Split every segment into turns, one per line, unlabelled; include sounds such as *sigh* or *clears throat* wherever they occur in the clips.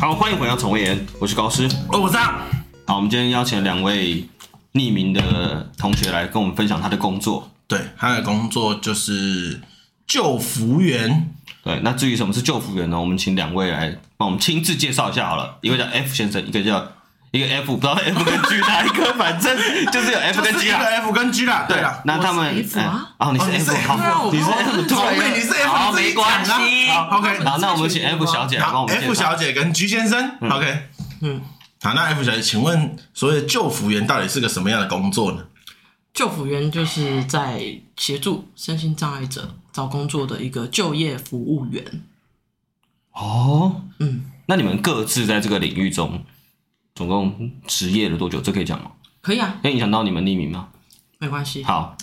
好，欢迎回到宠物言，我是高师。
哦，我知道，
好，我们今天邀请了两位匿名的同学来跟我们分享他的工作。
对，他的工作就是救服员。
对，那至于什么是救服员呢？我们请两位来帮我们亲自介绍一下好了。一位叫 F 先生，一个叫一个 F，不知道 F 跟 G 哪一个， *laughs* 反正就是有 F 跟 G
一个
啦。
F 跟 G 啦，对啦，
那他们
我是 F 啊
哎哦，你是
哦你是
F，
F 啊
好，
我
你是
我
F，
聪
对
明，你是 F，
好，
你自
没
己讲啦
关系。
好，OK，
好，那我们请 F 小姐来帮
好
我们介
，F
绍。
小姐跟 G 先生、o k
嗯，
好，那 F 小姐，请问所谓的救服员到底是个什么样的工作呢？
救辅员就是在协助身心障碍者找工作的一个就业服务员。
哦，
嗯，
那你们各自在这个领域中，总共职业了多久？这可以讲吗？
可以啊，
可以影响到你们匿名吗？
没关系。
好，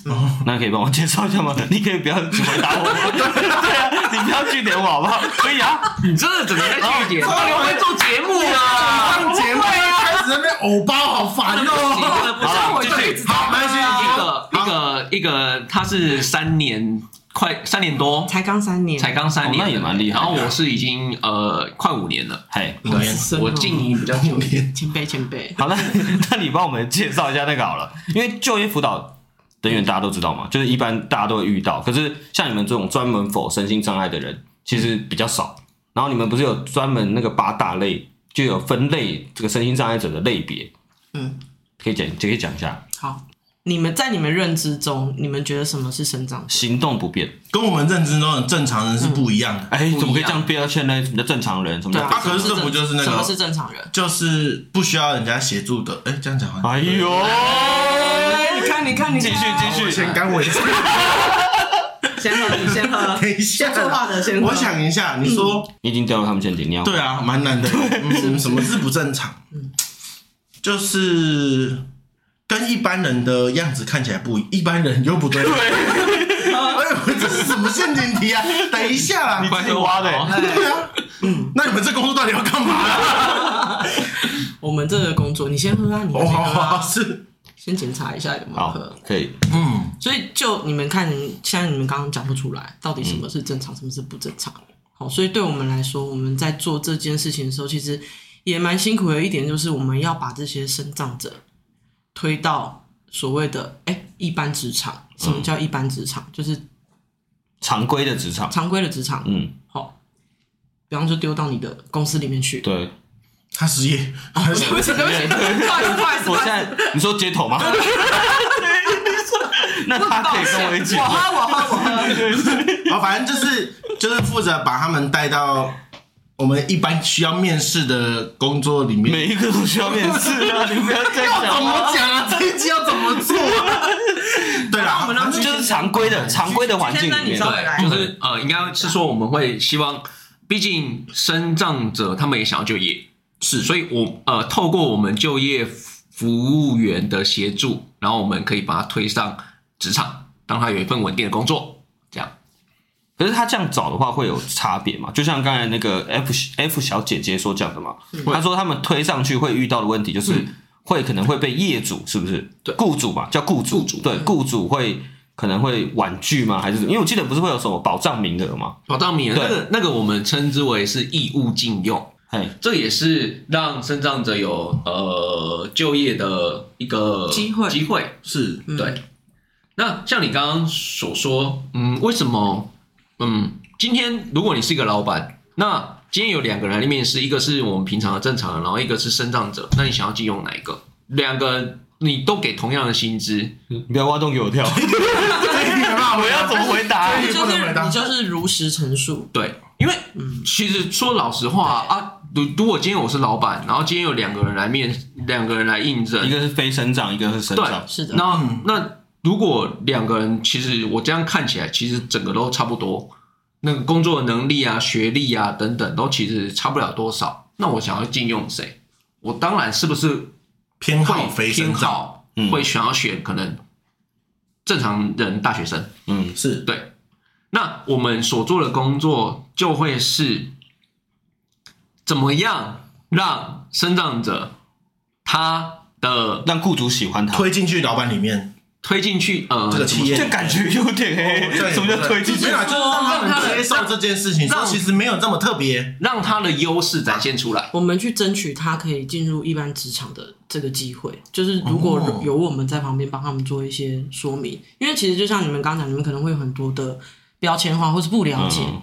那可以帮我介绍一下吗？ *laughs* 你可以不要只回答我吗， *laughs* 对啊，你不要据点我好不好？可以啊，
你真的整个在据点，
哦
你会做节目啊？
上节目开始那边偶包，好烦
不行真的不行
好
我就一直在
好，没关系，
啊
一
啊
个一个一个，他是三年快三年多，
才刚三年，
才刚三年，
哦那也蛮厉害的
然后我是已经呃快五年了，
嘿，
五年
深哦
我进你比较久
五。
*laughs*
年，
前辈前辈，
好，那 *laughs* 那你帮我们介绍一下那个好了，因为就业辅导人员大家都知道嘛，就是一般大家都会遇到，可是像你们这种专门否身心障碍的人，其实比较少。然后你们不是有专门那个八大类，就有分类这个身心障碍者的类别，
嗯，
可以讲，可以讲一下，
好。你们在你们认知中，你们觉得什么是生长？
行动不便。
跟我们认知中的正常人是不一样的。
哎，
不
怎么可以
一样
这样标签呢？什么叫正常人？什么叫
对
非
啊可是
什么
这不就是那个
什么是正常人？
就是不需要人家协助的。哎、这样讲好像
哎呦，
哎，你看，你看，你看
继续继续，
先干我一下，
先喝，你先喝。
*laughs* 等一下，
说错话的先
*laughs*
喝
我想一下，你说、
你已经掉入他们陷阱，你要
嗯对啊，蛮难的。嗯，什么是嗯不正常？就是跟一般人的样子看起来不一，一般人又不对。哎呦，这是什么陷阱题 *laughs* 啊？等一下啦，
自己挖
哦
的
哎
欸
对啊，那你们这工作到底要干嘛 *laughs* 啊？
我们这个工作，你先喝啊，你
哦，
先
好
喝
好好
啊，
是，
先检查一下有没有
好
喝。，
可以。
嗯，
所以就你们看，现在你们刚刚讲不出来，到底什么是正常，什么是不正常。好，所以对我们来说，我们在做这件事情的时候，其实也蛮辛苦的一点，就是我们要把这些生长者推到所谓的哎、一般职场。什么叫一般职场？就是
常规的职场，
常规的职场。
嗯，
好，比方说丢到你的公司里面去。
对。
他失 *laughs* 业，
对不起，对不起，不好意思，不好意思，不
我
好
现
意思。
在你说街头吗？那他可以跟我一起
我。喝，我喝，我喝。
啊，反正就是就是负责把他们带到我们一般需要面试的工作里面。
每一个都需要面试啊！你不要再 *laughs*
要
讲
怎么
了，
讲啊？这一集要怎么做、 *laughs* 啊？对啦，
们让
反正
就是常规
嗯
的、常规的环境
先
里
让你
面
稍。微来
对，就是呃，应该是说我们会希望，毕竟生障者他们也想要就业，是，所以我呃，透过我们就业服务员的协助，然后我们可以把他推上职场，让他有一份稳定的工作，这样。
可是他这样找的话会有差别嘛？就像刚才那个 F F 小姐姐所讲的嘛，她说他们推上去会遇到的问题就是会可能会被业主是不是？
对
雇主嘛，叫雇主，
雇主
对，雇主会可能会婉拒吗？还是因为我记得不是会有什么保障名额吗？
保障名额，
对
那个那个我们称之为是义务禁用，
嘿，
这也是让生障者有呃就业的一个
机会
机会。
是
嗯
对，那像你刚刚所说，嗯，为什么？嗯，今天如果你是一个老板，那今天有两个人来面试，一个是我们平常的正常人，然后一个是生障者，那你想要禁用哪一个？两个你都给同样的薪资，
你不要挖洞给我跳，
这一题没办法
啊我 *laughs*
回答
要怎么回答？
你就
不能回
是
答
你就是如实陈述，
对，因为其实说老实话啊，如如果今天我是老板，然后今天有两个人来面，两个人来应征，
一个是非生长，一个是生长。
是的。
那、那如果两个人，其实我这样看起来，其实整个都差不多，那个工作能力啊、学历啊等等，都其实差不了多少。那我想要禁用谁？我当然是不是
偏好
会
非
偏
生长，
好
嗯，
会想要选可能正常人大学生。
嗯，
是
对，那我们所做的工作就会是怎么样让生长者他的
让雇主喜欢他。
推进去老板里面，
推进去，呃，
这个企业
这感觉有点
哦这样
黑，
也
什么叫推进
没
去
有？啊，就是让他们接受这件事情，说
让
其实没有这么特别。
让他的优势展现出来。
我们去争取他可以进入一般职场的这个机会，就是如果
哦
有我们在旁边帮他们做一些说明，因为其实就像你们刚讲，你们可能会有很多的标签化，或是不了解，
嗯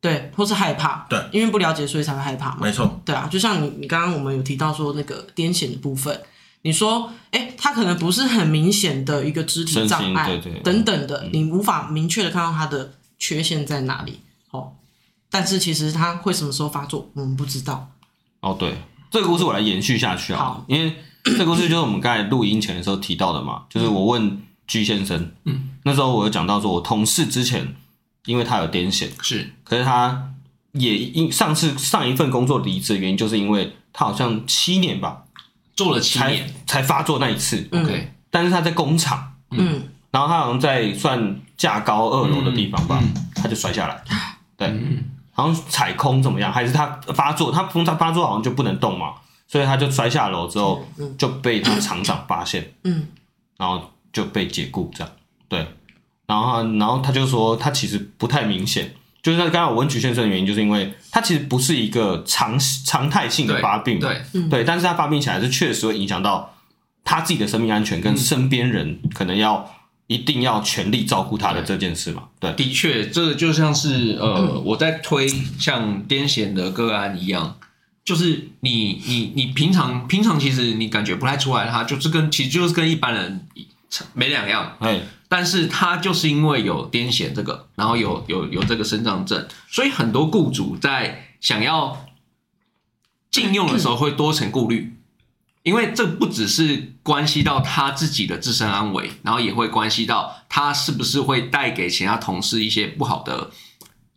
对，或是害怕，
对
因为不了解所以才会害怕嘛，
没错，
对啊，就像你你刚刚我们有提到说那个癫痫的部分，你说，哎，他可能不是很明显的一个肢体
身
障
心
碍，
对对嗯
等等的，你无法明确的看到他的缺陷在哪里，哦，但是其实他会什么时候发作，我们不知道。
哦，对，这个故事我来延续下去啊
好，
因为这个故事就是我们刚才录音前的时候提到的嘛，就是我问居先生，嗯，那时候我有讲到说，我同事之前因为他有癫痫，
是，
可是他也因上次上一份工作离职的原因，就是因为他好像七年吧，
做了七
才
年
才发作那一次，
嗯
，OK，
但是他在工厂。
嗯，
然后他好像在算架高二楼的地方
嗯
吧，他就摔下来，对，
嗯
好像踩空怎么样，还是他发作，他通常发作好像就不能动嘛，所以他就摔下楼之后、就被他厂长发现，
嗯，
然后就被解雇这样，对，然后他然后他就说他其实不太明显。就是刚刚我问曲先生的原因，就是因为他其实不是一个常常态性的
对，
发病嘛，
嗯对，
对，但是他发病起来是确实会影响到他自己的生命安全，跟身边人可能要一定要全力照顾他的这件事嘛。对，
的确，这个就像是呃，我在推像癫痫的个案一样，就是你你你平常平常其实你感觉不太出来，他就是跟其实就是跟一般人没两样，
哎，
但是他就是因为有癫痫这个，然后有有有这个身障症，所以很多雇主在想要禁用的时候会多层顾虑，因为这不只是关系到他自己的自身安危，然后也会关系到他是不是会带给其他同事一些不好的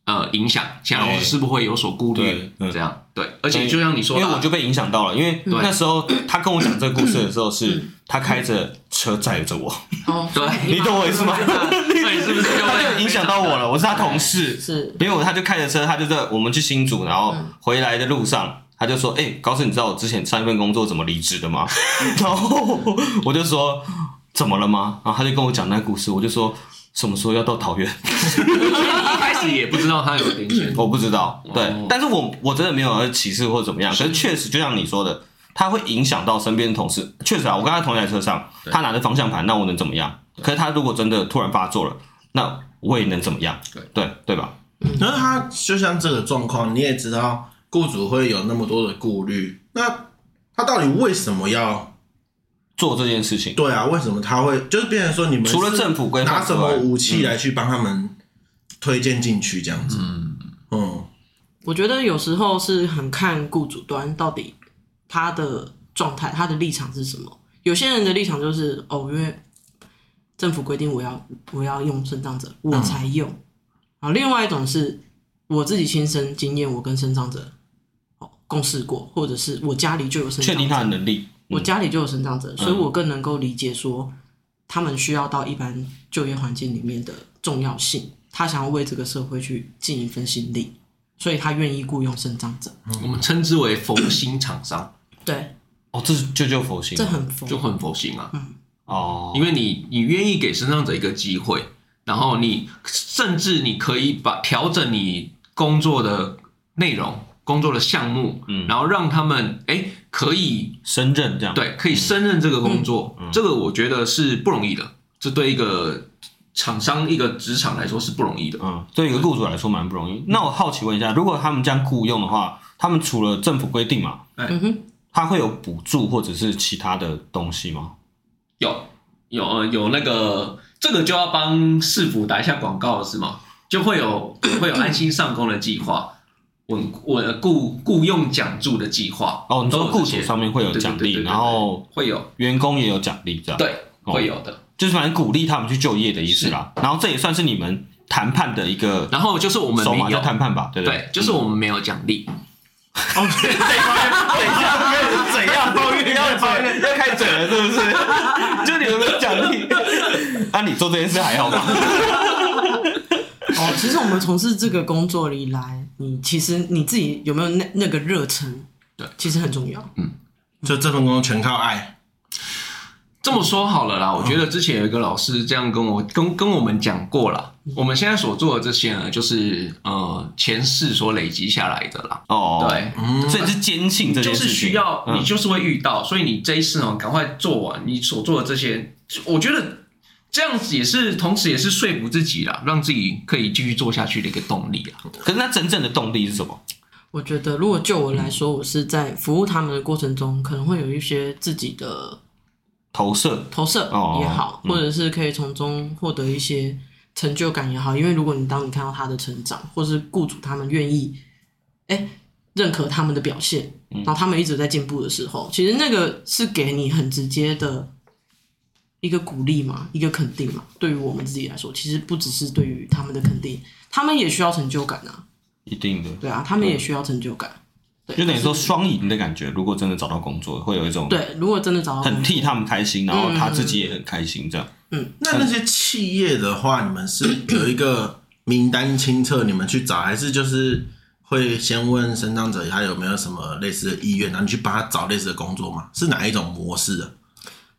呃影响，其他同事是不是会有所顾虑
对？嗯
这样对，而且就像你说
因
的
为我
啊，
就被影响到了，因为那时候他跟我讲这个故事的时候，是他开着车载着我，
哦，
对
所以
你懂我意思吗
马上就知道
对，是不是就
他
会
*laughs* 就影响到我了，我是他同事，
是
因为我他就开着车，他就在我们去新竹，然后回来的路上，他就说：“哎、高盛，你知道我之前上一份工作怎么离职的吗？” *laughs* 然后我就说：“怎么了吗？”然后他就跟我讲那故事，我就说：“什么时候要到桃园？ *laughs*
一开始也不知道他有癫痫，
我不知道。”对
哦，
但是我我真的没有要歧视或怎么样，可是确实就像你说的，他会影响到身边的同事。确实啊，我跟他同一台车上，他拿着方向盘，那我能怎么样？可是他如果真的突然发作了，那我也能怎么样？
对
对对吧？
可是他就像这个状况，你也知道，雇主会有那么多的顾虑，那他到底为什么要？
做这件事情，
对啊，为什么他会就是变成说你们
除了
是
政府规范
拿
之
什
外
么武器来去帮他们推荐进去这样子？
嗯，
嗯，
我觉得有时候是很看雇主端到底他的状态、他的立场是什么。有些人的立场就是哦，因为政府规定我要我要用肾脏者，我才用。然后另外一种是我自己亲身经验，我跟肾脏者哦共事过，或者是我家里就有肾
确
脏
定
者
他的能力。嗯
嗯
我家里就有生长者，所以我更能够理解说他们需要到一般就业环境里面的重要性。他想要为这个社会去尽一份心力，所以他愿意雇佣生长者。
我们称之为佛心厂商。
对，
哦，这是这就佛心
这很疯嗯
就。很佛心啊，
哦，
因为你你愿意给身障者一个机会，然后你甚至你可以把调整你工作的内容、工作的项目，
嗯
然后让他们哎可以
深圳这样，
对可以胜任这个工作，这个我觉得是不容易的，这对一个厂商一个职场来说是不容易的。
嗯，对一个雇主来说蛮不容易。那我好奇问一下，如果他们这样雇佣的话，他们除了政府规定嘛，
嗯哼，
他会有补助或者是其他的东西吗？
有有呃有那个这个就要帮市府打一下广告了是吗？就会有会有安心上工的计划，稳稳雇雇佣奖助的计划。
哦，你
都
说
有
雇
这
主
些
上面会有奖
对对对
励，
对对
然后
会有
员工也有奖励，这样，
对
哦
会有的。
就是反正鼓励他们去就业的意思啦。然后这也算是你们谈判的一个
然后就是我们
手
没
法，叫
有
谈判吧，对不嗯
对，就是我们没有奖励，
哦，对，等一下， *laughs*
怎样？要抱怨，要开嘴了，是
*laughs*
不是？就你有没有奖励？那、你做这件事还好吗？
哦，其实我们从事这个工作里来，你其实你自己有没有那那个热忱，
对，嗯
其实很重要。
就这份工作全靠爱。
这么说好了啦，我觉得之前有一个老师这样跟我跟跟我们讲过啦，我们现在所做的这些呢，就是呃前世所累积下来的啦。
哦，，
对，
所以是坚信这
嗯就
件事
是
情，
需要
嗯
你就是会遇到，所以你这一次哦，赶快做完你所做的这些，我觉得这样子也是，同时也是说服自己啦，让自己可以继续做下去的一个动力啊。
可是那真正的动力是什么？
我觉得，如果就我
嗯
来说，我是在服务他们的过程中，可能会有一些自己的
投射，
投射
哦
也好，
嗯
或者是可以从中获得一些成就感也好。因为如果你当你看到他的成长，或是雇主他们愿意，哎、认可他们的表现，
嗯
然后他们一直在进步的时候，其实那个是给你很直接的一个鼓励嘛，一个肯定嘛。对于我们自己来说，其实不只是对于他们的肯定，他们也需要成就感啊，
一定的，
对啊，他们也需要成就感。对，
就等于说
可是
双赢的感觉。如果真的找到工作，会有一种
对，如果真的找到
很
工
替
作
他们开心，然后他自己也很开心，这样。
那那些企业的话，你们是
*clears throat*
有一个名单清册，你们去找，还是就是会先问生长者他有没有什么类似的意愿，然后你去帮他找类似的工作吗？是哪一种模式的？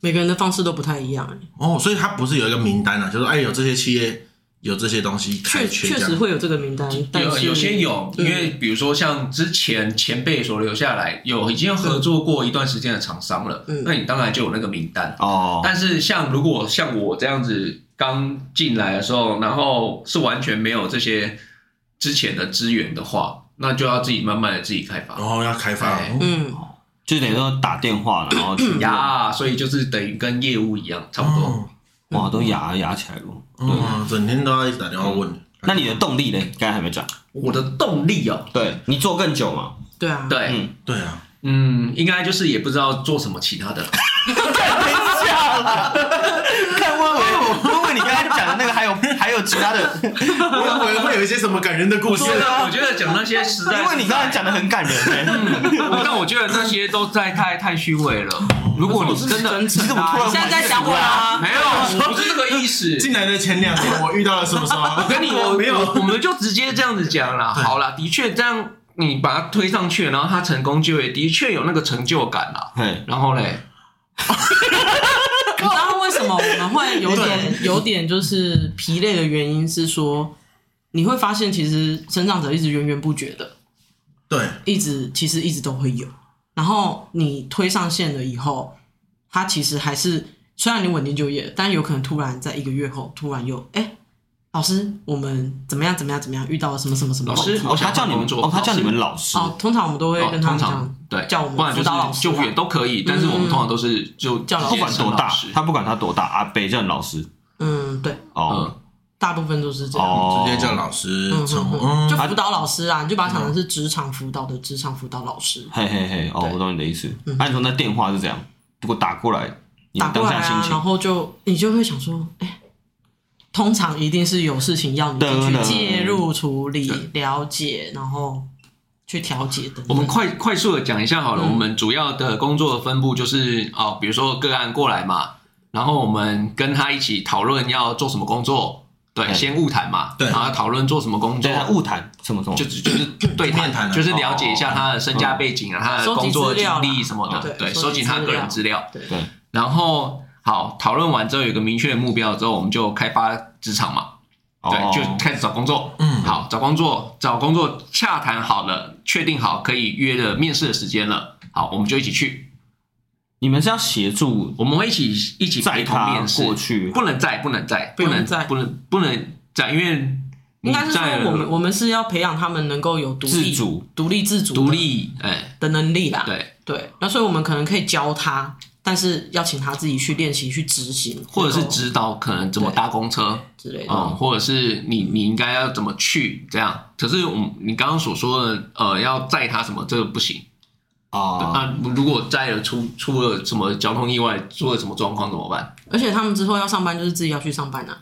每个人的方式都不太一样、欸
哦，所以他不是有一个名单啊，就是哎有这些企业有这些东西开缺
确确
这
实
样。
会有这个名单，但
有
是
有些有，因为比如说像之前前辈所留下来，有已经合作过一段时间的厂商了，
嗯
那你当然就有那个名单。
哦，
但是像如果像我这样子刚进来的时候，然后是完全没有这些之前的资源的话，那就要自己慢慢的自己开发
然后要开发
哎，
哦
嗯，
就等于说打电话，然后
*coughs*
去
呀。所以就是等于跟业务一样，差不多。
哦
哇，都牙牙起来了。对，
嗯，整天都要一直打电话问。
那你的动力呢？刚才还没讲。
我的动力哦，
对你做更久嘛？
对啊，
对，
嗯
对啊，
嗯，应该就是也不知道做什么其他的了。
看问问问问你刚才讲的那个，还有还有其他的，
我以为会有一些什么感人的故事
我觉得，我觉得讲那些实在，
因为你刚才讲的很感人欸
我，但我觉得那些都在太太虚伪了。如果你真的
真诚
你怎么突然
啊！你现在在讲我啦？
嗯没有，我不是这个意 *laughs* 思。
进来的前两年 *laughs* 我遇到了什么时候？
我跟你我
没有
我我们就直接这样子讲啦。好啦，的确这样，你把它推上去，然后他成功就业，的确有那个成就感啦。
*laughs* 嘿，
然后嘞，
你知道为什么我们会有点有点就是疲累的原因是说，你会发现其实成长者一直源源不绝的，
对，
一直其实一直都会有。然后你推上线了以后，他其实还是虽然你稳定就业，但有可能突然在一个月后突然又哎。老师，我们怎么样？怎么样？怎么样？遇到了什么什么什么？
老师
哦，他叫你们
工作
哦，他叫
老师
你们老师
哦，通常我们都会
哦
跟他
通
们讲
常，对，
叫我们
不然就
辅导老师
是就
啦
员都可以，但是我们通常都是就
叫老师
不管多大，他不管他多大，阿北叫你老师
嗯，对，
哦
嗯，
大部分都是这样。
哦，
嗯直接叫老师
嗯
从
嗯
嗯
嗯，就辅导老师啊，你就把它
嗯
想成是职场辅导的职场辅导老师，
嘿嘿嘿，哦，
对
我懂你的意思。
嗯
按说那电话是这样，如果打过来，你
打
当
过来
下心
啊，然
情，
后就你就会想说，哎，通常一定是有事情要你进
对
去介入处理、了解，然后去调解等等。
我们快快速的讲一下好
嗯
了，我们主要的工作的分布就是哦，比如说个案过来嘛，然后我们跟他一起讨论要做什么工作，对，
嗯
先物谈嘛，
对
然后讨论做什么工作
对，
啊
他误谈什么什么
就，只就是对
面谈
谈，
啊
就是了解一下他的身家背景啊，他的工作经历什么
哦收集资料
的，
啦哦
对，
对
收集他个人资料。
对
对
然后好，讨论完之后有一个明确的目标之后，我们就开发职场嘛，对，
哦
就开始找工作。
嗯
好，找工作，找工作，洽谈好了，确定好可以约的面试的时间了。好，我们就一起去，
你们是要协助
我们会一起一起陪
载
同
他
面试
过，去，
不能在，不能在，
不
不
能
能
载
不能不能在，因为
应
你
该是说
在
我们我们是要培养他们能够有独立
自主、
独立自主、
独立，哎，
的能力啦。
对。
对，那所以我们可能可以教他，但是要请他自己去练习、去执行，
或者是
然后
指导可能怎么搭公车，
之类的。
嗯，或者是你你应该要怎么去这样。可是我们你刚刚所说的，呃，要载他什么，这个不行。
啊，
那如果载了出出了什么交通意外，出了什么状况怎么办？
而且他们之后要上班，就是自己要去上班啊。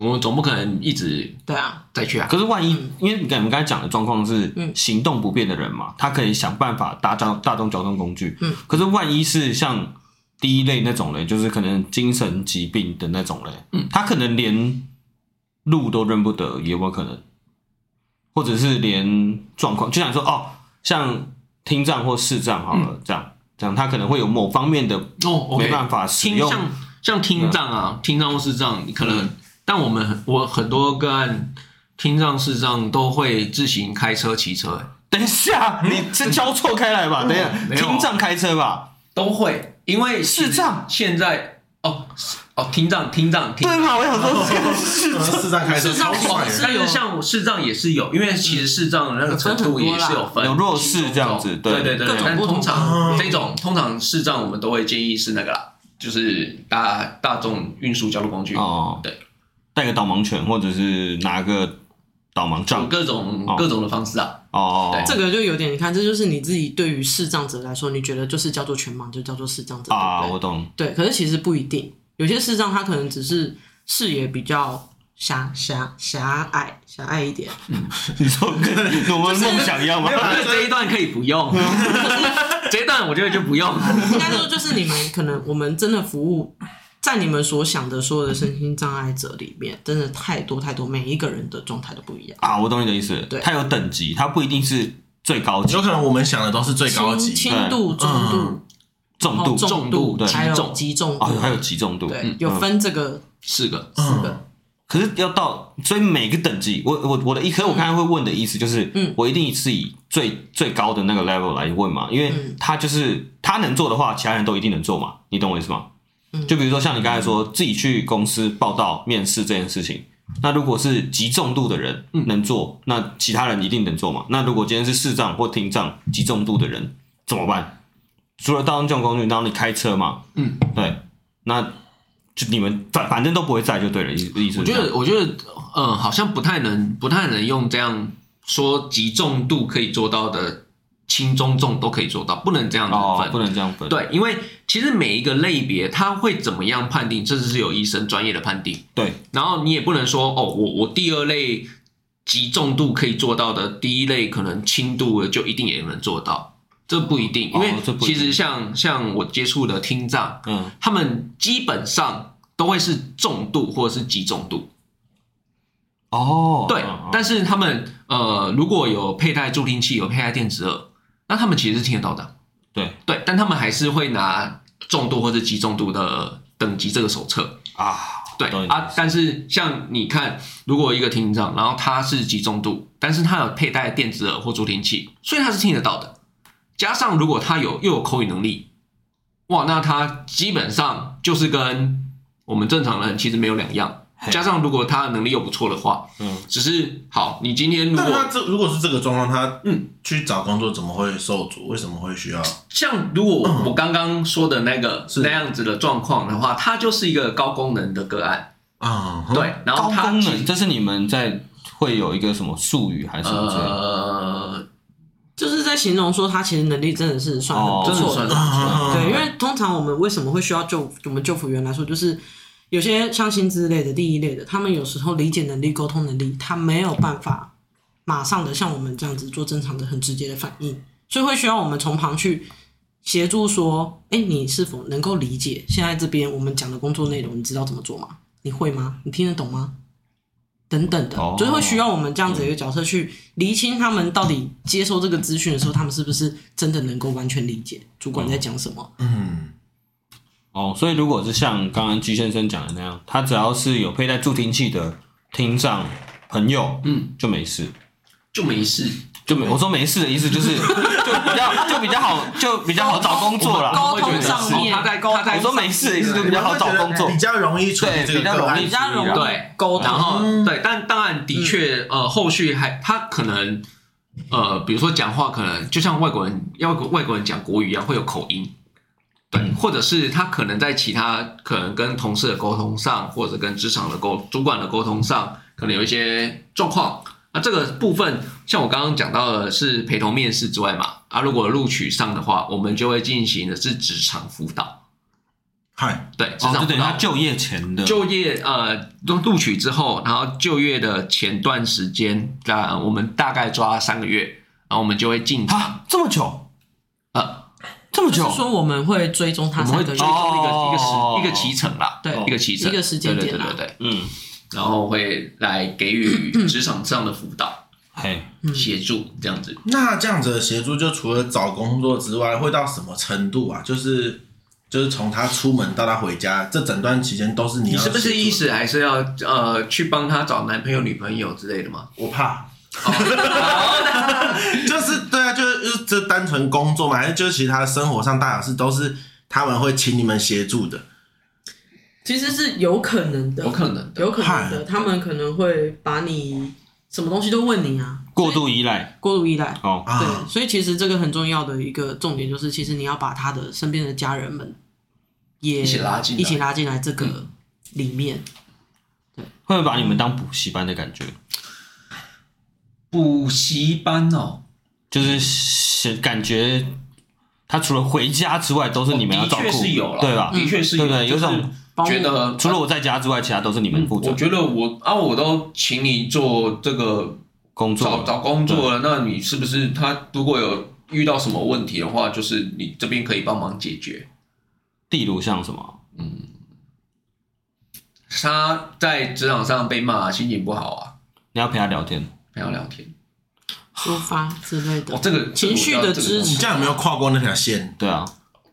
我们总不可能一直
对啊，
再去啊。
可是万一，因为你看我们刚才讲的状况是
嗯
行动不便的人嘛，他可以想办法搭交大众交通工具。
嗯，
可是万一是像第一类那种人，就是可能精神疾病的那种人，嗯，他可能连路都认不得，也有没有可能？或者是连状况，就想说哦，像听障或视障好了，这样这样他可能会有某方面的
哦，OK，
没办法使
听
用
像像听障啊，听障或视障，你可能，但我们很我很多个案听障视障都会自行开车、骑车、欸
等一下，你是交错开来吧？等一下，
没有啊
听障开车吧？
都会，因为
视障
现在哦哦听障听障听
对
障。
嘛？我想说这个是 *laughs*
哦
呃视障开车
视障
超帅
是
的，
但是像视障也是有，因为其实视障的那个程度也是有分，
有弱视这样子对
对对对
各
对
种。
但
不同
通
哦
常这种通常视障，我们都会建议是那个啦，就是大大众运输交通工具，
哦，
对，
带个导盲犬或者是拿个导盲
有
杖
各种
哦
各种的方式啊。
哦，
这个就有点，你看，这就是你自己对于视障者来说，你觉得就是叫做全盲，就叫做视障者
啊，
对不
我懂，
对对，可是其实不一定，有些视障他可能只是视野比较狭狭狭隘狭隘一点，
*laughs* 你说跟我们梦想一样吗？
反正这一段可以不用，这一段我觉得就不用。
应该说就是你们可能我们真的服务在你们所想的所有的身心障碍者里面，真的太多太多，每一个人的状态都不一样。
啊，我懂你的意思
对，
它有等级，它不一定是最高级
有、可能我们想的都是最高级
轻，轻度、中度、
嗯重
然
度
后
重
度
度、对
还
极
有
重
极哦重度，
哦，还有极重度，
对
嗯，
有分这个
四个，
四
嗯
个。
可是要到，所以每个等级，我我我的意，可是我刚才会问的意思就是，
嗯
我一定是以最最高的那个 level 来问嘛，因为
嗯
他就是他能做的话，其他人都一定能做嘛，你懂我意思吗？
嗯
就比如说像你刚才说自己去公司报道面试这件事情，那如果是极重度的人
嗯
能做，那其他人一定能做嘛？那如果今天是视障或听障极重度的人怎么办？除了大众交通工具，然后你开车嘛，
嗯，
对，那就你们反反正都不会在就对了，意意思是这
我觉
样。
得，我觉得，嗯，好像不太能，不太能用这样说极重度可以做到的，轻中重都可以做到，不能这样子
哦，
分。
不能这样分。
对，因为其实每一个类别，它会怎么样判定，这是有医生专业的判定。
对，
然后你也不能说，哦，我我第二类极重度可以做到的，第一类可能轻度的就一定也能做到，这不一定，因为
哦这不一
其
定
实像像我接触的听障，
嗯，
他们基本上都会是重度或者是极重度。
哦，
对
嗯嗯，
但是他们呃，如果有佩戴助听器，有佩戴电子耳，那他们其实是听得到的。
对
对，但他们还是会拿重度或者极重度的等级这个手册。
啊，
对
懂你的意
啊
思，
但是像你看，如果一个听障，然后他是极重度，但是他有佩戴电子耳或助听器，所以他是听得到的。加上如果他有又有口语能力，哇，那他基本上就是跟我们正常人其实没有两样。
嘿
加上如果他的能力又不错的话，
嗯，
只是好，你今天如
那他
果
这如果是这个状况，他
嗯
去找工作怎么会受阻？为什么会需要？
像如果我刚刚说的那个
是
那样子的状况的话，它就是一个高功能的个案，
啊、嗯，
对，然
高
后它
功
其
能，这是你们在会有一个什么术语还是什么之类的？
呃，
就是在形容说他其实能力真的是算很不
哦真的
错
算
的，
是
嗯
对，因为通常我们为什么会需要救我们救辅员来说，就是有些像薪资类的、利益类的，他们有时候理解能力、沟通能力，他没有办法马上的像我们这样子做正常的、很直接的反应，所以会需要我们从旁去协助说，哎，你是否能够理解现在这边我们讲的工作内容？你知道怎么做吗？你会吗？你听得懂吗？等等的，
哦
就是会需要我们这样子一个角色去厘清他们到底接收这个资讯的时候，他们是不是真的能够完全理解主管在讲什么。
嗯，
呃
哦，所以如果是像刚刚居先生讲的那样，他只要是有佩戴助听器的听障朋友，
嗯，
就没事，
就没事。
就没。我说没事的意思就是就比较就比较好，就比较好找工作
*laughs*
啦。
沟通上面，
他在他在
我说没事的意思就比较好找工作
比，较容易处理
对
这个
比较
个案
容易
比较容易
对嗯
沟
然
通。
后、对，但当然的确，呃，后续还他可能，呃，比如说讲话可能就像外国人，要外国人讲国语一样，会有口音，对，或者是他可能在其他可能跟同事的沟通上，或者跟职场的沟主管的沟通上，可能有一些状况。那这个部分，像我刚刚讲到的是陪同面试之外嘛，啊，如果录取上的话，我们就会进行的是职场辅导，
嗨，
对，职
哦，
场
就
辅
等于
导
他。就业前的
就业呃都录取之后，然后就业的前段时间，那我们大概抓三个月，然后我们就会进
啊，这么久，
呃，
这么
就
久
是，说我们会追踪
我
他
们会
三个
追
月
踪，一个、
哦
一个时一个期程啦，
对
一个期程，
一个时间点
对
啦
对对对对，
嗯，
然后会来给予职场上的辅导。
嘿，
协助这样子。
那这样子的协助，就除了找工作之外，会到什么程度啊？就是就是从他出门到他回家，这整段期间都是你
你
要
是不是意
思？
思还是要呃去帮他找男朋友、女朋友之类的吗？
我怕。
哦
*laughs* 就是对啊，就是就是这单纯工作嘛，还是就是其他生活上大小事都是他们会请你们协助的。
其实是有可能的，
有可能的，
有可能的，他们可能会把你什么东西都问你啊，
过度依赖
过度依赖。
哦，
啊
对，所以其实这个很重要的一个重点就是，其实你要把他的身边的家人们也
一起拉进来嗯
一起拉进来这个里面。
会不会把你们当补习班的感觉，
补习班哦，
就是是感觉他除了回家之外，都是你们要照
的
顾，
确是有了，
对吧？
的确是
对
有，
不对？有
就是
种
觉得
除了我在家之外，其他都是你们负责
我觉得我啊，我都请你做这个
工
找
作，
找工作了，那你是不是他如果有遇到什么问题的话，就是你这边可以帮忙解决。
例如像什么
他在职场上被骂，心情不好啊，
你要陪他聊天，
陪他聊天。
抒发之类的
哦，，这个
情绪的支
你
持
这样有没有跨过那条线
对啊，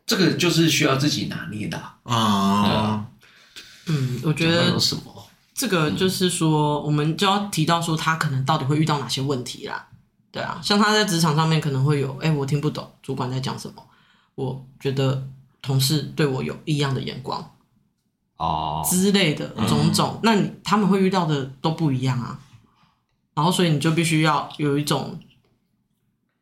这个就是需要自己拿捏的啊。
哦
啊？
嗯，我觉
那
得
有什么？
这个就是说，我们就要提到说他可能到底会遇到哪些问题啦。对啊，像他在职场上面可能会有，哎、我听不懂主管在讲什么，我觉得同事对我有异样的眼光
哦，
之类的种种，那你他们会遇到的都不一样啊。然后，所以你就必须要有一种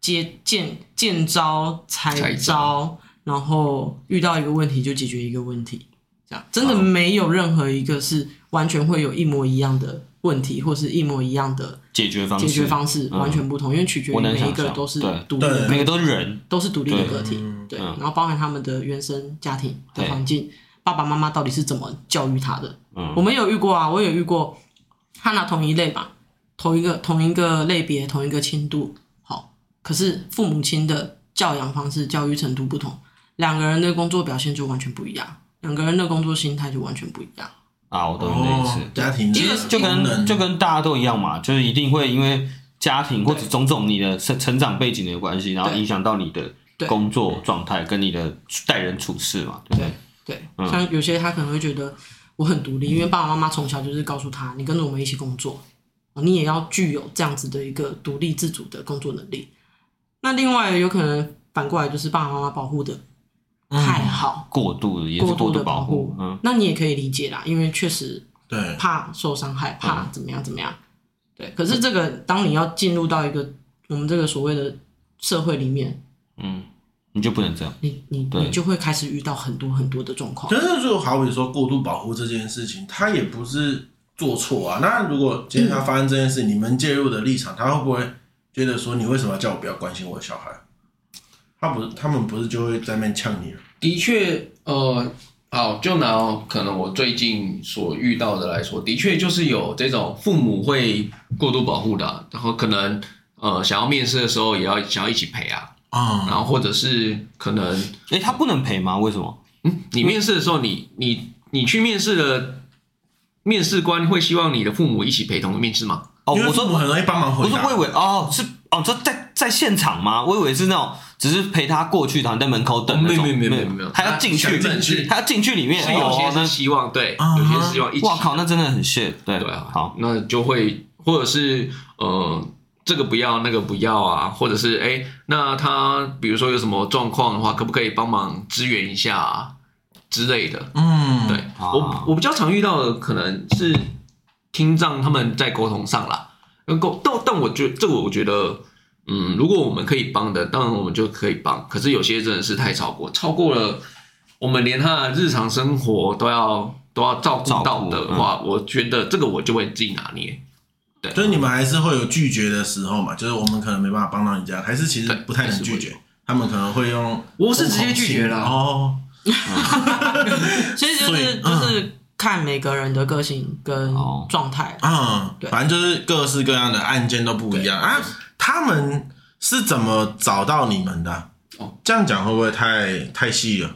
接见见招拆
拆
招
招，
然后遇到一个问题就解决一个问题，这样真的没有任何一个是完全会有一模一样的问题，或是一模一样的
解决方式，
解决方式，
嗯
完全不同，因为取决于
我能
每一
想
个
象
都是
对
独立的
对
每个都是人，
都是独立的
对
个体，
嗯
对，
嗯
然后包含他们的原生家庭的
对
环境，爸爸妈妈到底是怎么教育他的？
嗯
我们有遇过啊，我有遇过，他拿同一类吧，同一个同一个类别，同一个轻度，好，可是父母亲的教养方式、教育程度不同，两个人的工作表现就完全不一样，两个人的工作心态就完全不一样。
啊，我懂你的意
哦
思，，
家庭
因为
的
就
功能
跟就跟大家都一样嘛，就是一定会因为家庭或者种种你的成成长背景的关系，然后
对
影响到你的
对
工作状态跟你的待人处事嘛，对不对？
对，像有些他可能会觉得我很独立，因为爸爸妈妈从小就是告诉他，你跟着我们一起工作，哦你也要具有这样子的一个独立自主的工作能力。那另外有可能反过来就是爸爸妈妈保护的太好，
过度的也是
过
度
的
保
护，
嗯，
那你也可以理解啦，因为确实
对
怕受伤害，怕怎么样怎么样。对，可是这个当你要进入到一个我们这个所谓的社会里面，
嗯你就不能这样，
你你
对
你就会开始遇到很多很多的状况
可。是就好比说过度保护这件事情，他也不是做错啊。那如果今天他发生这件事，你们介入的立场，他会不会觉得说你为什么要叫我不要关心我的小孩？他不，他们不是就会在那边呛你了？
的确，呃，好，就拿可能我最近所遇到的来说，的确就是有这种父母会过度保护的啊，然后可能呃想要面试的时候也要想要一起陪啊，
哦嗯
啊、
然后或者是可能
诶，他不能赔吗？为什么？
嗯，你面试的时候你你你去面试的。面试官会希望你的父母一起陪同面试吗？
哦，
因为
我
啊
父母
说
很容易帮忙
不
回
是，
答
我以。为哦是哦，这在在现场吗？我以为是那种只是陪他过去，然后在门口等那
没有
种，
哦没有没有没有没有
还要进去
他想进去，
他要进去里面，
是有些
哦
是
那
希望，对，
啊
有些是希望一起。
哇靠，那真的很 shit，对
对啊，
好，，
那就会或者是呃，这个不要那个不要啊，或者是哎、诶那他比如说有什么状况的话，可不可以帮忙支援一下啊之类的？
嗯，
对、
啊
我我比较常遇到的可能是听障他们在沟通上啦，那沟但但我觉这个我觉得。嗯，如果我们可以帮的，当然我们就可以帮。可是有些真的是太超过，超过了我们连他的日常生活都要都要照顾到
照
嗯
顾
的话，我觉得这个我就会自己拿捏。
就是你们还是会有拒绝的时候嘛，就是我们可能没办法帮到你这样，还是其实
对
不太能拒绝，他们可能会用
我是直接拒绝啦
哦，
所以嗯就
所
是
以
就是看每个人的个性跟
哦
状态。
嗯
对，
反正就是各式各样的案件都不一样啊。他们是怎么找到你们的啊、
哦
这样讲会不会太太细了？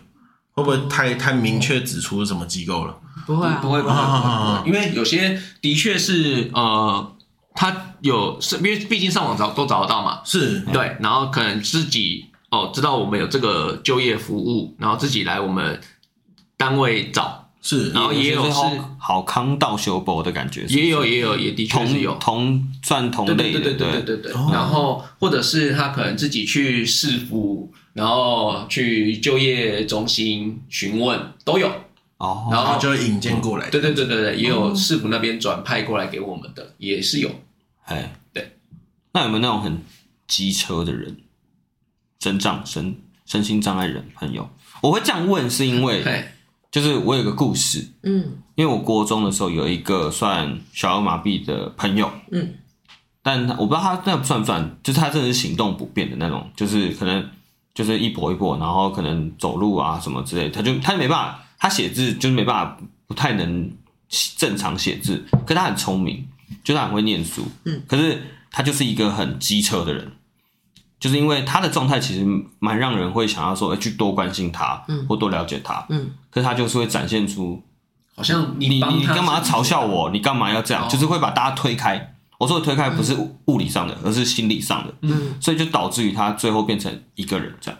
会不会太
嗯
太明确指出是什么机构了？
不会啊，
不会不会不会
啊啊啊
不会，因为有些的确是呃，他有是，因为毕竟上网找都找得到嘛，
是
对，然后可能自己哦知道我们有这个就业服务，然后自己来我们单位找，
是
然后也有
就是好好康到修博的感觉，是不是
也有也有也的确是有
同，同算同
对
类
对
的，
对对对对对对。然后或者是他可能自己去市府，然后去就业中心询问都有，
哦，
然
然后
后
就会引荐过来。
对对对对对，也有市府那边转派过来给我们的也是有。
哎，
对。
那有没有那种很机车的人，身障身身心障碍人朋友？我会这样问，是因为
嘿，
就是我有个故事，
嗯
因为我国中的时候有一个算小儿麻痹的朋友，
嗯，
但他我不知道他那算不算，就是他真的是行动不便的那种，就是可能就是一跛一跛，然后可能走路啊什么之类，他就他没办法，他写字就是没办法，不太能正常写字，可他很聪明，就他很会念书，
嗯，
可是他就是一个很机车的人。就是因为他的状态其实蛮让人会想要说，哎、去多关心他，
嗯
或多了解他。
嗯，
可是他就是会展现出
好像
你
帮
你
他
干嘛
是不
嘲
是
笑？我？你干嘛要这样？
哦
就是会把大家推开。我说的推开不是物物理上的，而是心理上的，
嗯
所以就导致于他最后变成一个人这样。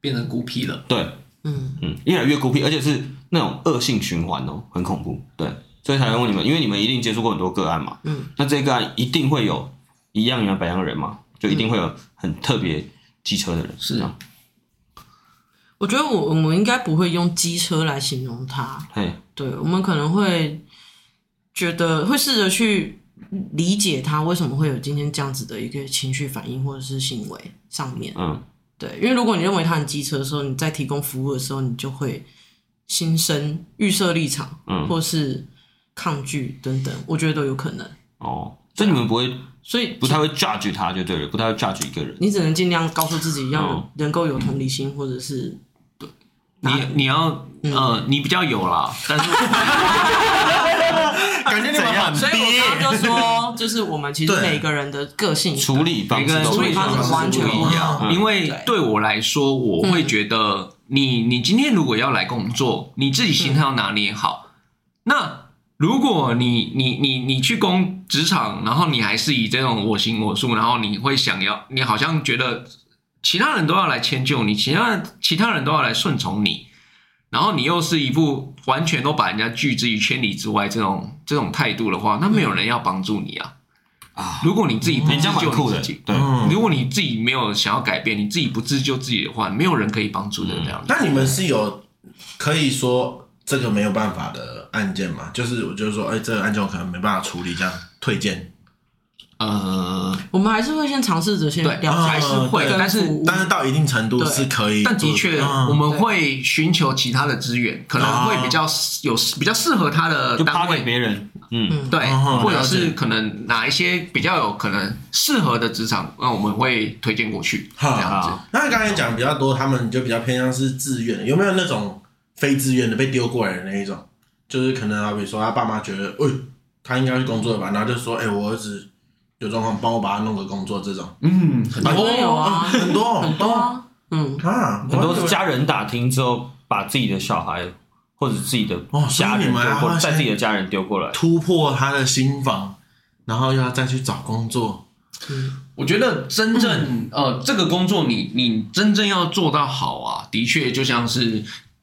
变成孤僻了。
对，
嗯，
嗯，越来越孤僻，而且是那种恶性循环哦，很恐怖。对，所以才会问你们，因为你们一定接触过很多个案嘛。
嗯，
那这个案一定会有一样人百样人嘛，就一定会有很特别机车的人。
嗯是
这样，
我觉得我我们应该不会用机车来形容他，
嘿，
对，我们可能会觉得会试着去理解他为什么会有今天这样子的一个情绪反应或者是行为上面。
嗯，
对，因为如果你认为他很机车的时候，你在提供服务的时候，你就会心生预设立场，
嗯
或是抗拒等等，我觉得都有可能。
哦，所以你们不会
所以
不太会 judge 他就对了，不太会 judge 一个人。
你只能尽量告诉自己要有
嗯
哦
能够有同理心，或者是
你你要呃，你比较有啦，但是
感觉你们
嗯
很
所以
憋
我刚刚就说，就是我们其实
对
每个人的个性
处理方
每个
式
人
都
处
不
理
一样
方式完全
不一样，
嗯
因为
对
对我来说，我会觉得你你今天如果要来工作，你自己心态要拿捏好。那如果你你你你去工职场，然后你还是以这种我行我素，然后你会想要，你好像觉得其他人都要来迁就你，其他其他人都要来顺从你，然后你又是一副完全都把人家拒之于千里之外这种这种态度的话，那没有人要帮助你啊。
啊，
如果你自己不
人
自
家蛮
救
酷
你
的，
自己，
对，
嗯，
如果你自己没有想要改变，你自己不自救自己的话，没有人可以帮助的这样子。
那你们是有可以说这个没有办法的案件吗？就是我就是说，哎，这个案件我可能没办法处理，这样推荐。
呃，
我们还是会先尝试着先
对，
聊
嗯
解
还是会，
对
但是
但是到一定程度
对
是可以做，
但的确，
嗯
我们会寻求其他的资源，可能会
哦
比较有比较适合他的
就
单
趴给
位，
别人，嗯，
嗯
对，
哦
或者
了
是
解
可能哪一些比较有可能适合的职场，那我们会推荐过去这
好
样子。
啊，
那刚才讲比较多，他们就比较偏向是自愿的，有没有那种非自愿的被丢过来的那一种？就是可能啊好比说他爸妈觉得，哎、他应该去工作了吧，然后就说，哎、我儿子有状况，帮我把他弄个工作，这种哦
嗯，很
有
多
啊有啊，
很多哦
很多啊，嗯，
啊，
很多是家人打听之后，把自己的小孩或者自己的
哦所以
家人
你
丢
们还
过来，
会
在自己的家人丢过来，
突破他的心房，然后又要再去找工作，
我觉得真正呃，这个工作你你真正要做到好啊，的确就像是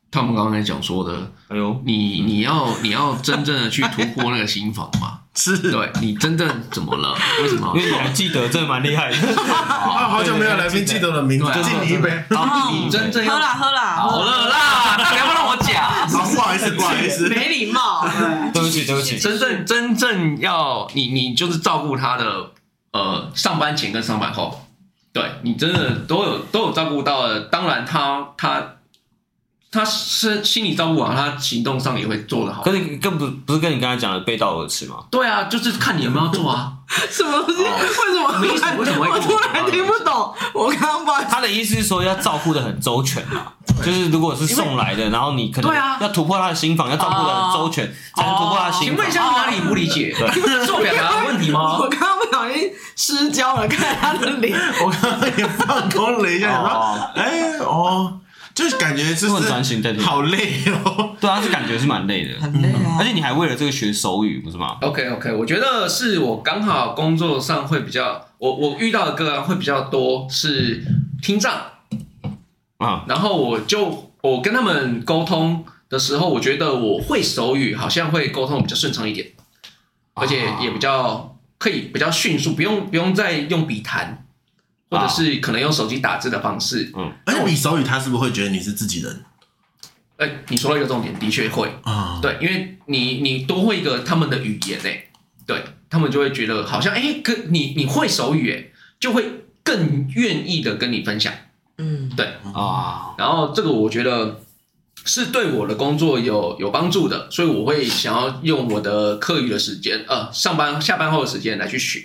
他们刚才讲说的，
哎
哦
呦，
你你要你要真正的去突破那个心房嘛，
*laughs* 是
对你真正怎么了？为什么
因？为你还记得，真的蛮厉害的，
*laughs* 啊，好久没有来
*laughs*
宾记得哦了名字
对，啊
敬你一杯。
好，你真正
喝
要
啦喝啦，
好了啦，大家不让我讲。
啊，不好意思，不好意思，
没礼貌。对
对不起，对不起，
真正真正要你你就是照顾他的呃上班前跟上班后，对你真的都有都有照顾到的。当然他他他是心理照顾好，他行动上也会做得好
可。是你更不不是跟你刚才讲的背道而驰吗？
对啊，就是看你有没有做啊。
什么东西？为什么
没意思为什么会
我突然听不懂？我刚刚不好意思
他的意思是说要照顾的很周全嘛，就是如果是送来的，然后你可能
对啊
要突破他的心房，要照顾的很周
哦
全，才能突破他的心
请
房
问一。下哪里不理解？ *laughs* 是我表达的问题吗
我？刚刚不小心失焦了，看他的脸。
我刚刚也放空了一下，想说，哎、哦，就是感觉就
都很专
是
心在这里。
好累哦。
对啊，是感觉是蛮累的，
很累啊
而。且你还为了这个学手语，不是吗？
OK OK，我觉得是我刚好工作上会比较，我我遇到的个案会比较多是听障，
啊，
然后我就我跟他们沟通的时候，我觉得我会手语，好像会沟通比较顺畅一点，而且也比较可以比较迅速，不用不用再用笔谈，或者是可能用手机打字的方式。
而且比哎手语，他是不是会觉得你是自己人
哎、你说到一个重点，的确会，
啊？
对，因为你你多会一个他们的语言呢、欸对他们就会觉得好像哎，跟、你你会手语哎、就会更愿意的跟你分享。
嗯，
啊，
然后这个我觉得是对我的工作有有帮助的，所以我会想要用我的课余的时间，呃，上班下班后的时间来去学。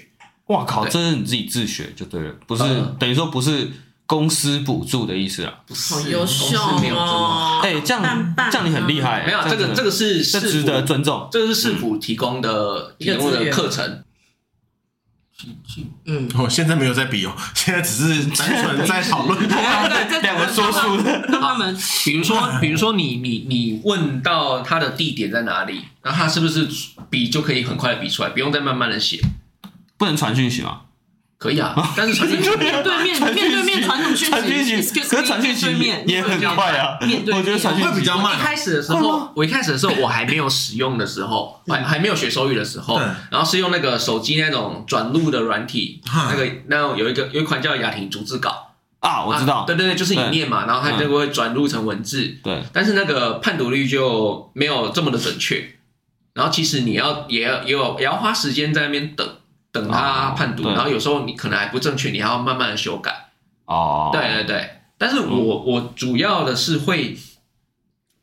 哇靠，
对
这是你自己自学就对了，不是
嗯
等于说不是公司补助的意思啊？
好优秀
公司没有这么
哦！
哎，这样
棒棒啊
这样你很厉害，
没有这个这
个
个是
这
市府
值得尊重。
这是市府提供的
一
提
个
供
资
的
源
课程，
嗯，
我现在没有在比哦，现在只是单纯在讨 *laughs* 论。
对
两个说书的，
让他们
比如
哎
说比如说你你你问到它的地点在哪里，那它是不是比就可以很快的比出来，不用再慢慢的写？
不能传讯息吗？
可以啊，但是
*laughs*
传进去
面对面哎面对面传统讯息，
传讯息，
Excuse
可
me，
是传讯
面对
息
面
也很快啊。
面对面
我觉得传讯息
会比较慢
一开始的时
会
候
吗，嗯
我一开始的时候，我还没有使用的时候，还还没有学手语的时候
对，
然后是用那个手机那种转录的软体，
哈
那个那种有一个有一款叫雅婷逐字稿，
啊，我知道
啊，对对对，就是你
对嗯
念嘛，然后它就会转录成文字，
对，
但是那个判读率就没有这么的准确，然后其实你要也要也有也要花时间在那边等等它
哦
判读，
对
然后有时候你可能还不正确，你还要慢慢的修改。
哦，
对对对，但是我
嗯
我主要的是会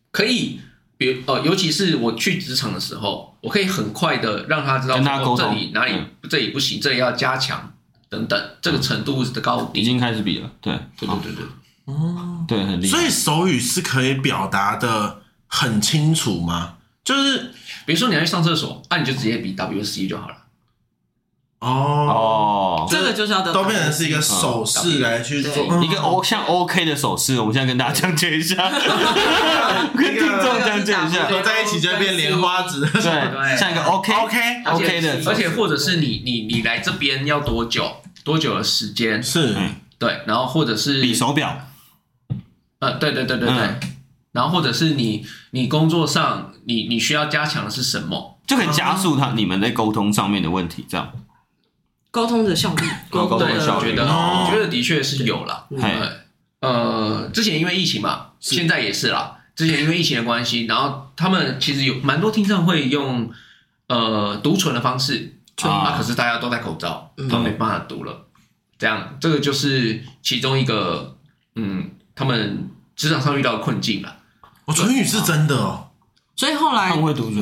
可以，比如呃，尤其是我去职场的时候，我可以很快的让他知道
跟他
说
沟
这
通嗯
里哪里、这里不行，这里要加强等等，这个程度的高
已
低。
经开始比了，对，
对
好
对对对，
对，很厉害。
所以手语是可以表达的很清楚吗？就是
比如说你要去上厕所，那、你就直接比 WC 就好了。
哦，嗯
哦，
这个就是要得
都变成是一个手势来去做哦
一
对
个 O 像 OK 的手势，我们现在跟大家讲解一
*laughs*
下，跟听众讲解一下，
合在一起就会变莲花指的
*laughs* 对，像一个 OK
OK，
而且
OK 的手势，
而且或者是你你你来这边要多久多久的时间？
是
嗯
对，然后或者是
比手表，
呃，对对对对对，
嗯
然后或者是你你工作上你你需要加强的是什么？
就可以加速他你们在沟通上面的问题，这样。
沟通的效率，
沟通
通
的
对，
的
效
我
率
觉得，
哦
我觉得的确是有啦。
嗯
嘿
对，
哎
呃，之前因为疫情嘛，
是
现在也是啦。之前因为疫情的关系，然后他们其实有蛮多听障会用呃读唇的方式
唇语
啊，可是大家都戴口罩，
嗯
他没办法读了。这样，这个就是其中一个，嗯，他们职场上遇到的困境了。
我唇语是真的哦，
所以后来
他们会读唇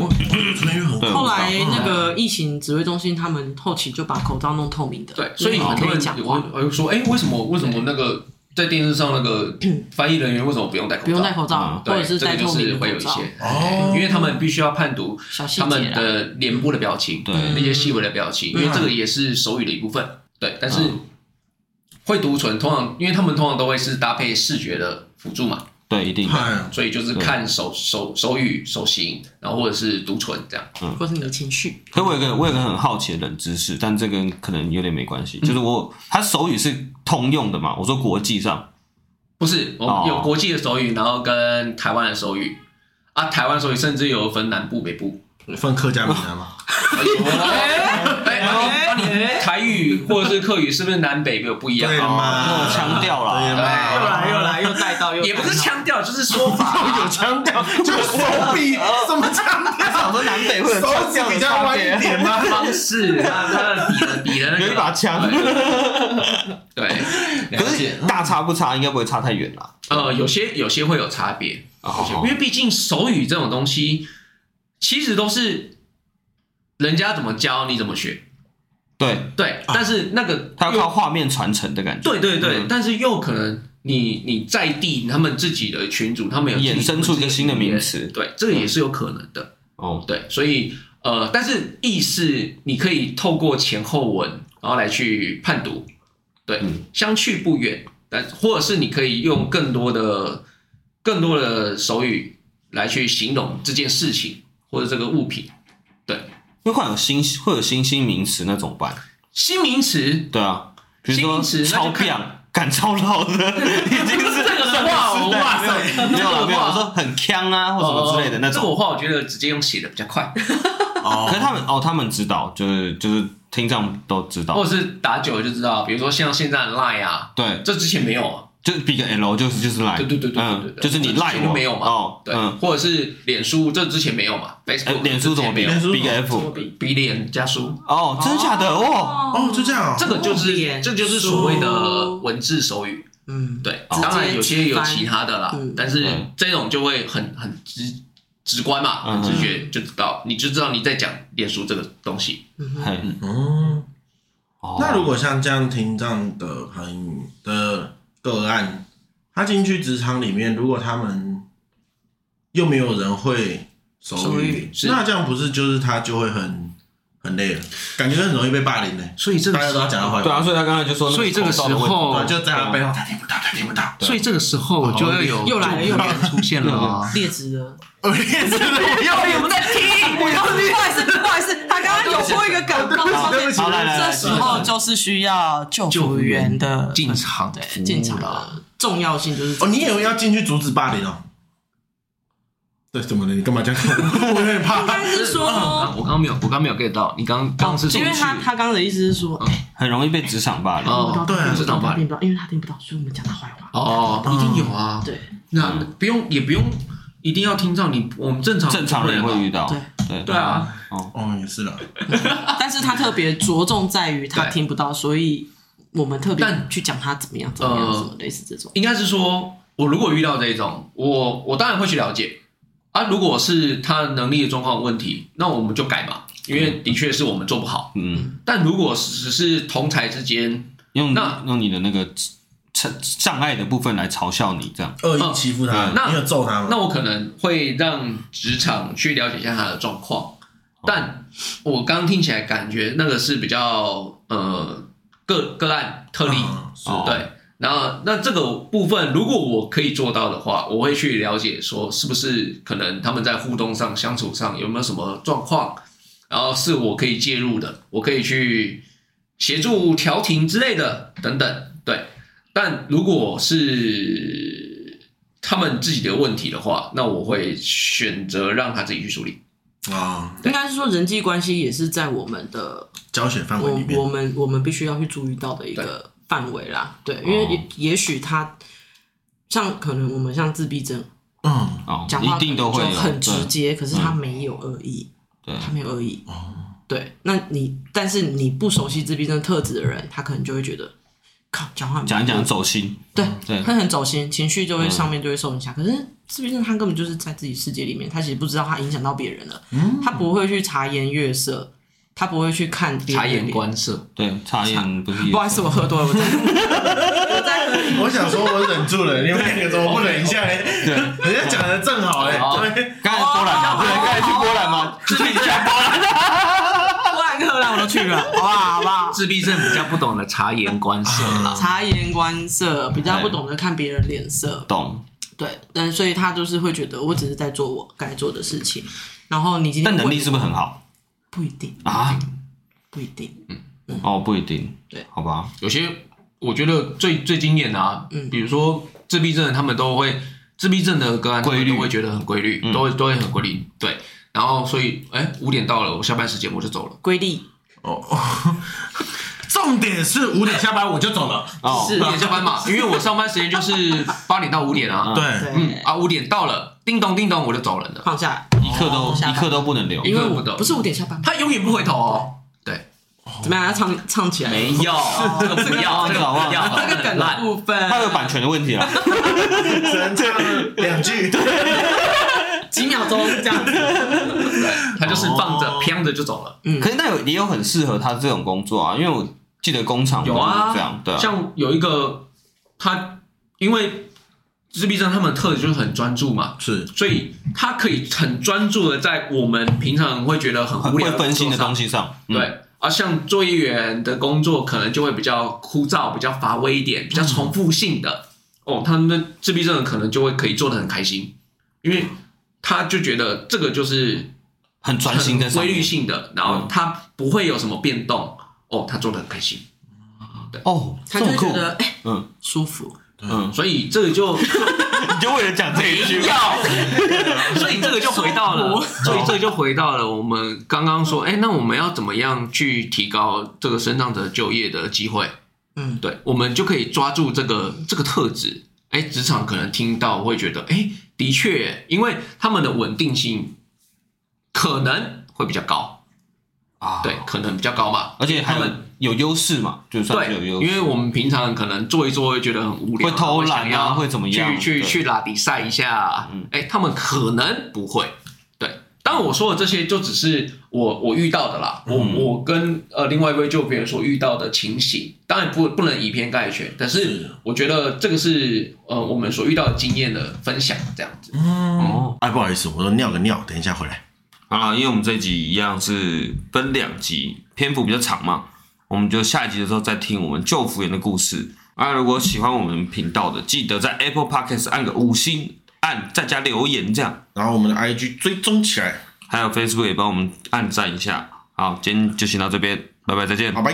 唇语很
对
后来那个疫情指挥中心他们后期就把口罩弄透明的，
对，所以
你
很多
可以
人
讲
有
话，
我就说，哎，为什么为什么那个在电视上那个翻译人员为什么不用戴口
嗯
罩？
不用戴口罩，
嗯
或者
对，
是
这个
戴
就
透
是
明
会
的口
有一
罩
些，，
哦
因为他们必须要判读
小细
他
节
们
啦。
的脸部的表情，
对
那些细微的表情，因为这个也是手语的一部分。对，但是会读唇，通常因为他们通常都会是搭配视觉的辅助嘛，
对，一定的。
嗨
所以就是看手手手语、手型，然后或者是读唇这样。
或是你的情绪，
可我有个我有个很好奇的冷知识，但这跟可能有点没关系，就是我它手语是通用的嘛？我说国际上
不是，我
哦
们有国际的手语，然后跟台湾的手语啊，台湾手语甚至有分南部、北部。
分客家闽南吗？
哎呦哎，然后然后你台语或者是客语是不是南北有不一样？
对
那种
嘛，
哦腔调啦
对嘛，
来又带到又
也不是腔调，就是说法 *laughs* 啊、
有腔调，就是手臂什么腔调？
说南北
手指比较弯一点吗？
方式啊， *laughs* 他的比的比的那个
有一把枪，
对，对
可
了
是
解
大差不差，应该不会差太远啦。
呃，有些有些会有差别，因
哦，
为毕竟手语这种东西，其实都是人家怎么教你怎么学，
对，
对，但是那个
啊它要靠
又
画面传承的感觉。
对对对
嗯，
但是又可能你你在地他们自己的群组，他们有自己
衍生出一个新的名词
对，这个也是有可能的，
哦，
对，所以呃，但是意识你可以透过前后文，然后来去判读，对，
嗯
相去不远，但或者是你可以用更多的更多的手语来去形容这件事情或者这个物品。
因为会有新会有新兴名词，那怎么办？
新
*laughs*
名词，
对啊，比如
新
说
名词那
超
就看
棒，赶超老
*laughs*
的，已经是
这个哇哇塞
没有啦，
这个
没有啦，
话呃哦
我说很呛啊，或什么之类的那
这
种。
我话我觉得直接用写的比较快，
可是
哦，
他们哦，他们知道，就是就是听障都知道
或，者是打久了就知道，比如说像现在的 Line 啊，
对，
这之前没有啊，
就是比个 L 就是就是赖，
对对对对对对
嗯，
对
就是你
这之
赖
前
我
就没有嘛
哦，
对，
嗯，
或者是脸书，这之前没有嘛
哎
，Facebook
脸书怎么比
没有
脸？书
比个
怎么
F
比？
比脸加书，
哦，真的假的哦？
哦，就这样哦，
这个就是
脸
这就是所谓的
书
文字手语。
嗯，
对，
直接
当然有些有
翻
其他的啦
嗯，
但是
嗯
这种就会很很直直观嘛，
嗯
很直觉就知道，你就知道你在讲脸书这个东西。
嗯哼
嘿，
嗯。
哦
那如果像这样听障的朋的个案，他进去职场里面，如果他们又没有人会手
手
语
语，
是
那这样不是就是他就会很很累了，感觉很容易被霸凌呢、
所以这
大家都要讲他坏
对
话，
啊，所以他刚才就说那，
所以这个时候
对，就在他背后，他听不到，他听不到。
对
所以这个时候就要有
又来了又来了
出现了啊！
劣质的，
我也是，我
又有在听，不好意思，不好意思，他刚刚有破一个梗，刚刚
对不起
好来来来
这时候就是需要救
救
护员的
进场啊服
对
务
进场
啦，
的重要性就是
哦，你也要进去阻止霸凌哦。对，怎么了？你干嘛这样？ *laughs* 我有点怕。
但是
啊
说，
我刚刚没有，我刚刚没有 get 到，你刚刚是
呃哦因为他他刚刚的意思是说，哎
很容易被职场霸凌。
哦，
对啊
是长
他
吧？
听不到，因为他听不到，所以我们讲他坏话。
哦，一定有啊。
对，
那不用也不用一定要听到你，我们正常
正常人会遇到，对
对啊，
*laughs* 哦，也是啦。
但是他特别着重在于他
对
听不到，所以我们特别
但
去讲他怎么样怎么样，
呃
什么类似这种。
应该是说，我如果遇到这一种，我我当然会去了解啊。如果是他能力的状况有问题，那我们就改嘛，因为的确是我们做不好。
嗯，
但如果只是同才之间，
用
那
用你的那个障障碍的部分来嘲笑你，这样
恶意欺负他，
那
你有揍他吗？
那我可能会让职场去了解一下他的状况。
哦
但我刚听起来感觉那个是比较呃个个案特例，
嗯是
哦
对，然后那这个部分，如果我可以做到的话，我会去了解说是不是可能他们在互动上、相处上有没有什么状况，然后是我可以介入的，我可以去协助调停之类的等等。对，但如果是他们自己的问题的话，那我会选择让他自己去处理。
啊，
应该是说人际关系也是在我们的
教学范围
我
里面
我，们我们必须要去注意到的一个范围啦。对，因为
哦
也也许他像可能我们像自闭症，
嗯，
哦，
讲话
一定都
可
会
能
有
就很直
对嗯
接，可是他没有恶意，
对
他没有恶意。
哦，
对，那你但是你不熟悉自闭症特质的人，他可能就会觉得，靠，讲话很
讲一讲走心，
对
对嗯
他很走心，情绪就会上面就会受影响。可是自闭症他根本就是在自己世界里面，他其实不知道他影响到别人了，
嗯
他不会去察言悦色，他不会去看别人
察
的
言
脸
观色，
对，差点不是也
不好意思，我喝多了，我在我在喝
我想说，我忍住了，你们两个怎么不忍一下嘞？
对
*laughs* 人家讲的正好哎，
好
哦
对
刚才波兰嘛，不能刚才去波兰
*laughs*
吗？去一下波兰，
波兰跟荷兰我都去了，好不好？好不好？嗯
自闭症比较不懂得察言观色啦。
察言观色，比较不懂得看别人脸色，
懂，
对，但所以他就是会觉得我只是在做我该做的事情，然后你今天
但能力
问
是不是很好
不一定，
啊？
不一定，
哦，不一定，
对，
好吧，
*laughs* 有些我觉得最最经典的啊，
嗯
比如说自闭症，他们都会自闭症的个案，
规律
他们都会觉得很规律，
嗯
都会都会很规律，对。然后所以，哎，五点到了，我下班时间我就走了。
规律
哦，哦重点是五点下班我就走了，
哦，
是
五点下班嘛，因为我上班时间就是八点到五点啊，
对，
*laughs* 嗯
对
啊，五点到了，叮咚叮咚我就走人了。
放下来，
一刻都一刻都不能留，
因为
一刻
我
不懂
不是五点下班吗，
他永远不回头哦，对，
怎么样？要唱唱起来，
没有，这个不要，
这个
这个
好不好
不要，
这个梗的
烂。
部分，
他有版权的问题啦，
只能唱两句，
几秒钟这样子，
对， *laughs* 他就是放着
哦，
飘着就走了。
可是那有也有很适合他这种工作啊，因为我记得工厂
有啊
都是这样，对啊，
像有一个他，因为自闭症他们的特质就是很专注嘛，
*laughs* 是
所以他可以很专注的在我们平常会觉得很
很
无聊
会分心的
工作
东西上，
上。
嗯，
对，而、像作业员的工作可能就会比较枯燥、比较乏味一点，比较重复性的。哦，他们自闭症的可能就会可以做的很开心，因为他就觉得这个就是
很专心在上
规
面嗯
律性的，然后他不会有什么变动，哦，他做的很开心，
哦，
他
这么
就会
酷
觉得哎、
嗯
舒服。
嗯，
所以这个
*laughs*
就
你就为了讲这一句，
要，所以这个就回到
生
了
活，
所以这个就回到了我们刚刚说，哎、那我们要怎么样去提高这个生长者就业的机会？
嗯，
对，我们就可以抓住这个这个特质。哎，职场可能听到会觉得，哎，的确，因为他们的稳定性可能会比较高，
啊，
对，，可能比较高嘛。
而且还有
他们
有优势嘛，就算是
对
有，优势，
因为我们平常可能做一做会觉得很无聊，
会偷懒啊
然后想要
会怎么样对
去去去拉比赛一下
嗯，
哎，他们可能不会。对，当然我说的这些就只是我我遇到的啦，我
嗯
我跟呃另外一位就别人所遇到的情形，当然不不能以偏概全，但是
是
我觉得这个是呃我们所遇到的经验的分享，这样子。
嗯
哦，
哎，不好意思，我尿个尿，等一下回来。
好了，因为我们这一集一样是分两集，篇幅比较长嘛，我们就下一集的时候再听我们救服员的故事。啊，如果喜欢我们频道的，记得在 Apple Podcast 按个五星，按再加留言这样，
然后我们的 IG 追踪起来，
还有 Facebook 也帮我们按赞一下。好，今天就先到这边，拜拜，再见
好。拜。